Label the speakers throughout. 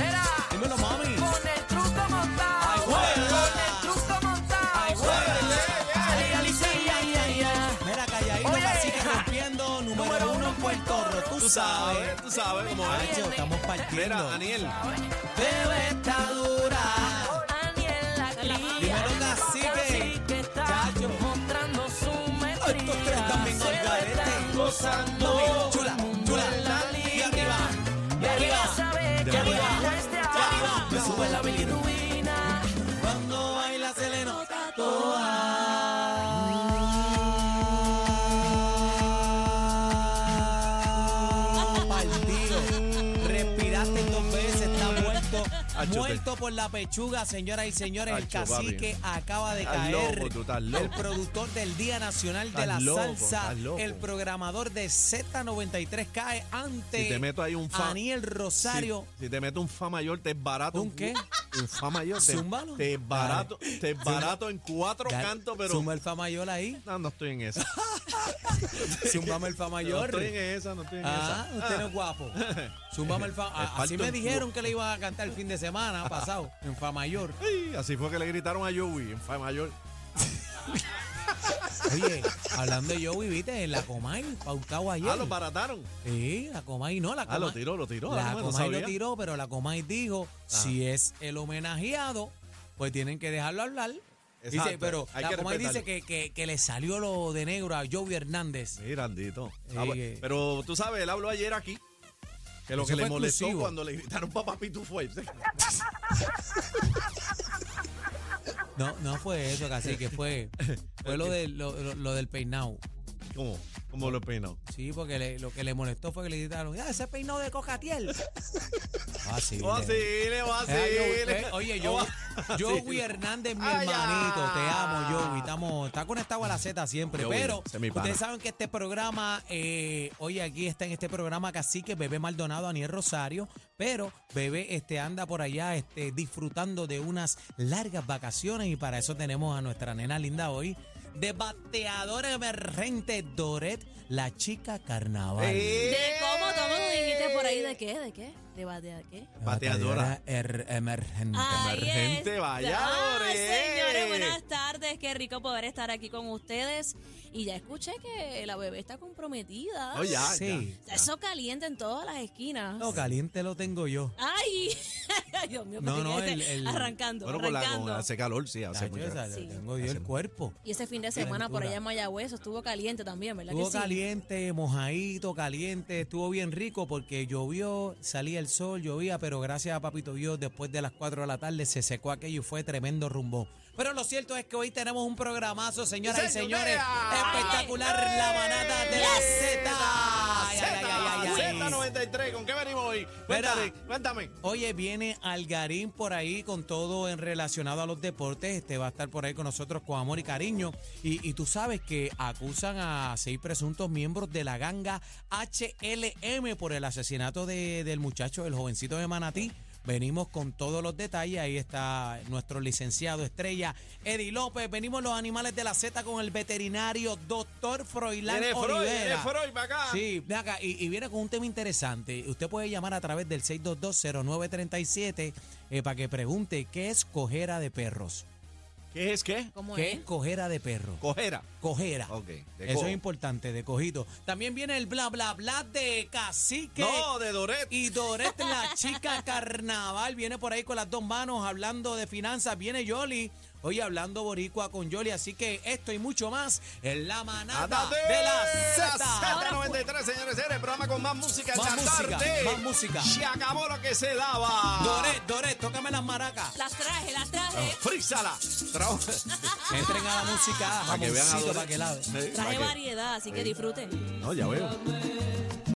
Speaker 1: Era. Dímelo, mami. Con el truco montado. Ay, güey. Con el truco montado. Ay, güey. Ay, ay, ay, ay. Mira, calladito, cacique rompiendo. Número uno en Puerto Rico. Tú sabes, tú sabes cómo es. Estamos partiendo. Mira, Daniel. Bebé está dura. Dímelo, cacique. Chacho. Estos tres también al garete. Gozando. Chula, chula. Y arriba. Y arriba. Y arriba. Y arriba. Me sube la bilirrubina. Cuando baila Ah. se le nota toda. partido. Respiraste dos veces, está muerto.
Speaker 2: Achú,
Speaker 1: Muerto por la pechuga, señoras y señores. El
Speaker 2: Achú, papi.
Speaker 1: cacique acaba de
Speaker 2: Estás
Speaker 1: caer.
Speaker 2: loco, tú estás
Speaker 1: El
Speaker 2: loco.
Speaker 1: productor del Día Nacional de
Speaker 2: Estás
Speaker 1: la
Speaker 2: loco,
Speaker 1: Salsa.
Speaker 2: estás loco.
Speaker 1: El programador de Z93 cae ante
Speaker 2: Si te meto ahí un fa-
Speaker 1: Aniel Rosario.
Speaker 2: Si, si te meto un fa mayor, te es barato.
Speaker 1: ¿Un qué?
Speaker 2: Un fa mayor. Te,
Speaker 1: Zúmbalo.
Speaker 2: te es barato. Te es barato en cuatro
Speaker 1: Gar-
Speaker 2: cantos, pero.
Speaker 1: Zumba el fa mayor ahí.
Speaker 2: No, no estoy en esa.
Speaker 1: Zumbame el fa
Speaker 2: No
Speaker 1: mayor.
Speaker 2: estoy en esa, no estoy en
Speaker 1: Ah,
Speaker 2: esa.
Speaker 1: usted no es guapo. Zumbame el fa. a-
Speaker 2: Esparto
Speaker 1: Así me
Speaker 2: en-
Speaker 1: dijeron que le iba a cantar el fin de semana pasado en fa mayor.
Speaker 2: Ay, así fue que le gritaron a Joey en fa mayor.
Speaker 1: Oye, hablando de Joey, viste, en la Comay, pautado ayer.
Speaker 2: Ah, lo barataron.
Speaker 1: Sí, la Comay no, la
Speaker 2: Ah,
Speaker 1: Comay.
Speaker 2: lo tiró, lo tiró.
Speaker 1: La
Speaker 2: Ah, no
Speaker 1: Comay lo
Speaker 2: sabía. Ah.
Speaker 1: tiró, pero la Comay dijo, si es el homenajeado, pues tienen que dejarlo hablar. Dice,
Speaker 2: Exacto,
Speaker 1: pero
Speaker 2: hay
Speaker 1: la
Speaker 2: que
Speaker 1: Comay dice que,
Speaker 2: respetarlo.
Speaker 1: que- que le salió lo de negro a Joey Hernández.
Speaker 2: Mira, Andito.
Speaker 1: Sí,
Speaker 2: Ah,
Speaker 1: que-
Speaker 2: Pero tú sabes, él habló ayer aquí. Que lo
Speaker 1: Eso
Speaker 2: que le
Speaker 1: fue
Speaker 2: molestó
Speaker 1: exclusivo.
Speaker 2: cuando le gritaron papá pitufo. ahí.
Speaker 1: No, no fue eso, casi que fue, fue lo, de, lo, lo- lo del peinado.
Speaker 2: ¿Cómo? ¿Cómo lo peinó?
Speaker 1: Sí, porque le- lo que le molestó fue que le gritaron, "Ah, ese peinado de cocatiel. Ah, sí.
Speaker 2: Oh, sí, Oh. le va
Speaker 1: Eh,
Speaker 2: a hacer.
Speaker 1: Joey, eh, Oye, Joey, Joey Hernández, mi hermanito, te amo, Joey. Estamos, está conectado a la Z siempre.
Speaker 2: Joey,
Speaker 1: pero
Speaker 2: ese es mi pana.
Speaker 1: ustedes saben que este programa, eh, hoy aquí está en este programa Cacique, Bebé Maldonado, Aniel Rosario. Pero Bebé este, anda por allá este, disfrutando de unas largas vacaciones y para eso tenemos a nuestra nena linda hoy. De bateadora emergente Doret, la chica carnaval.
Speaker 2: Eh,
Speaker 3: ¿De cómo? ¿Cómo tú dijiste por ahí? ¿De qué? ¿De qué? ¿De batear qué?
Speaker 2: Bateadora.
Speaker 1: er- emergente.
Speaker 2: Emergente,
Speaker 3: está.
Speaker 2: vaya, Lore.
Speaker 3: Señores, buenas tardes. Qué rico poder estar aquí con ustedes. Y ya escuché que la bebé está comprometida.
Speaker 2: no, ya,
Speaker 1: Sí.
Speaker 2: ya.
Speaker 3: Eso calienta en todas las esquinas.
Speaker 1: No, caliente lo tengo yo.
Speaker 3: Ay, Ay, Dios mío,
Speaker 1: No,
Speaker 3: pensé
Speaker 1: no,
Speaker 3: que
Speaker 1: el-
Speaker 3: ese-
Speaker 1: el-
Speaker 3: arrancando,
Speaker 2: Bueno, con la,
Speaker 3: arrancando.
Speaker 2: con hace calor, sí, hace
Speaker 1: Tacho,
Speaker 2: mucho
Speaker 1: esa,
Speaker 3: Sí.
Speaker 1: Tengo yo el cuerpo.
Speaker 3: y ese fin de semana por allá en Mayagüez eso estuvo caliente también, ¿verdad?
Speaker 1: Estuvo
Speaker 3: que sí?
Speaker 1: caliente, mojadito, caliente, estuvo bien rico porque llovió, salía el sol, llovía, pero gracias a Papito Dios, después de las 4 de la tarde se secó aquello y fue tremendo rumbo. Pero lo cierto es que hoy tenemos un programazo, señoras y señores, espectacular, la manada de la Z. Ay, ay, ay, ay, ay.
Speaker 2: Z93, ¿con qué venimos hoy? Cuéntame, cuéntame.
Speaker 1: Oye, viene Algarín por ahí con todo en relacionado a los deportes. Este va a estar por ahí con nosotros con amor y cariño. Y, y tú sabes que acusan a seis presuntos miembros de la ganga HLM por el asesinato de- del muchacho, el jovencito de Manatí. Venimos con todos los detalles. Ahí está nuestro licenciado estrella, Eddie López. Venimos los animales de la Z con el veterinario doctor Froilán
Speaker 2: Viene Freud,
Speaker 1: Olivera.
Speaker 2: viene Freud para acá.
Speaker 1: Sí, ven acá, y, y viene con un tema interesante. Usted puede llamar a través del 6220937 eh, para que pregunte qué es cojera de perros.
Speaker 2: ¿Qué es qué?
Speaker 3: ¿Cómo
Speaker 1: ¿Qué
Speaker 3: es?
Speaker 1: es cojera de perros?
Speaker 2: Cojera.
Speaker 1: Cojera.
Speaker 2: Ok, de
Speaker 1: Eso
Speaker 2: cojo.
Speaker 1: es importante, de cojito. También viene el bla bla bla de cacique.
Speaker 2: No, de Doret.
Speaker 1: Y Doret, la chica carnaval, viene por ahí con las dos manos hablando de finanzas. Viene Yoli, hoy hablando boricua con Yoli. Así que esto y mucho más en la manada
Speaker 2: Ándate.
Speaker 1: de la Z.
Speaker 2: Z93, señores, señores, el programa con más música en
Speaker 1: Más
Speaker 2: la
Speaker 1: música,
Speaker 2: tarde.
Speaker 1: más música.
Speaker 2: Se acabó lo que se daba.
Speaker 1: Doret, Doret, tócame las maracas.
Speaker 3: Las traje, las
Speaker 1: Ah.
Speaker 3: traje.
Speaker 2: Frízala. Trao-
Speaker 1: Entren a la música,
Speaker 2: Ah. Para que vean a
Speaker 1: jamoncito,
Speaker 2: Doret.
Speaker 1: para que la vean.
Speaker 2: Sí, para
Speaker 3: Traje
Speaker 2: que-
Speaker 3: variedad, así que disfruten.
Speaker 2: No, ya veo.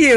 Speaker 4: you.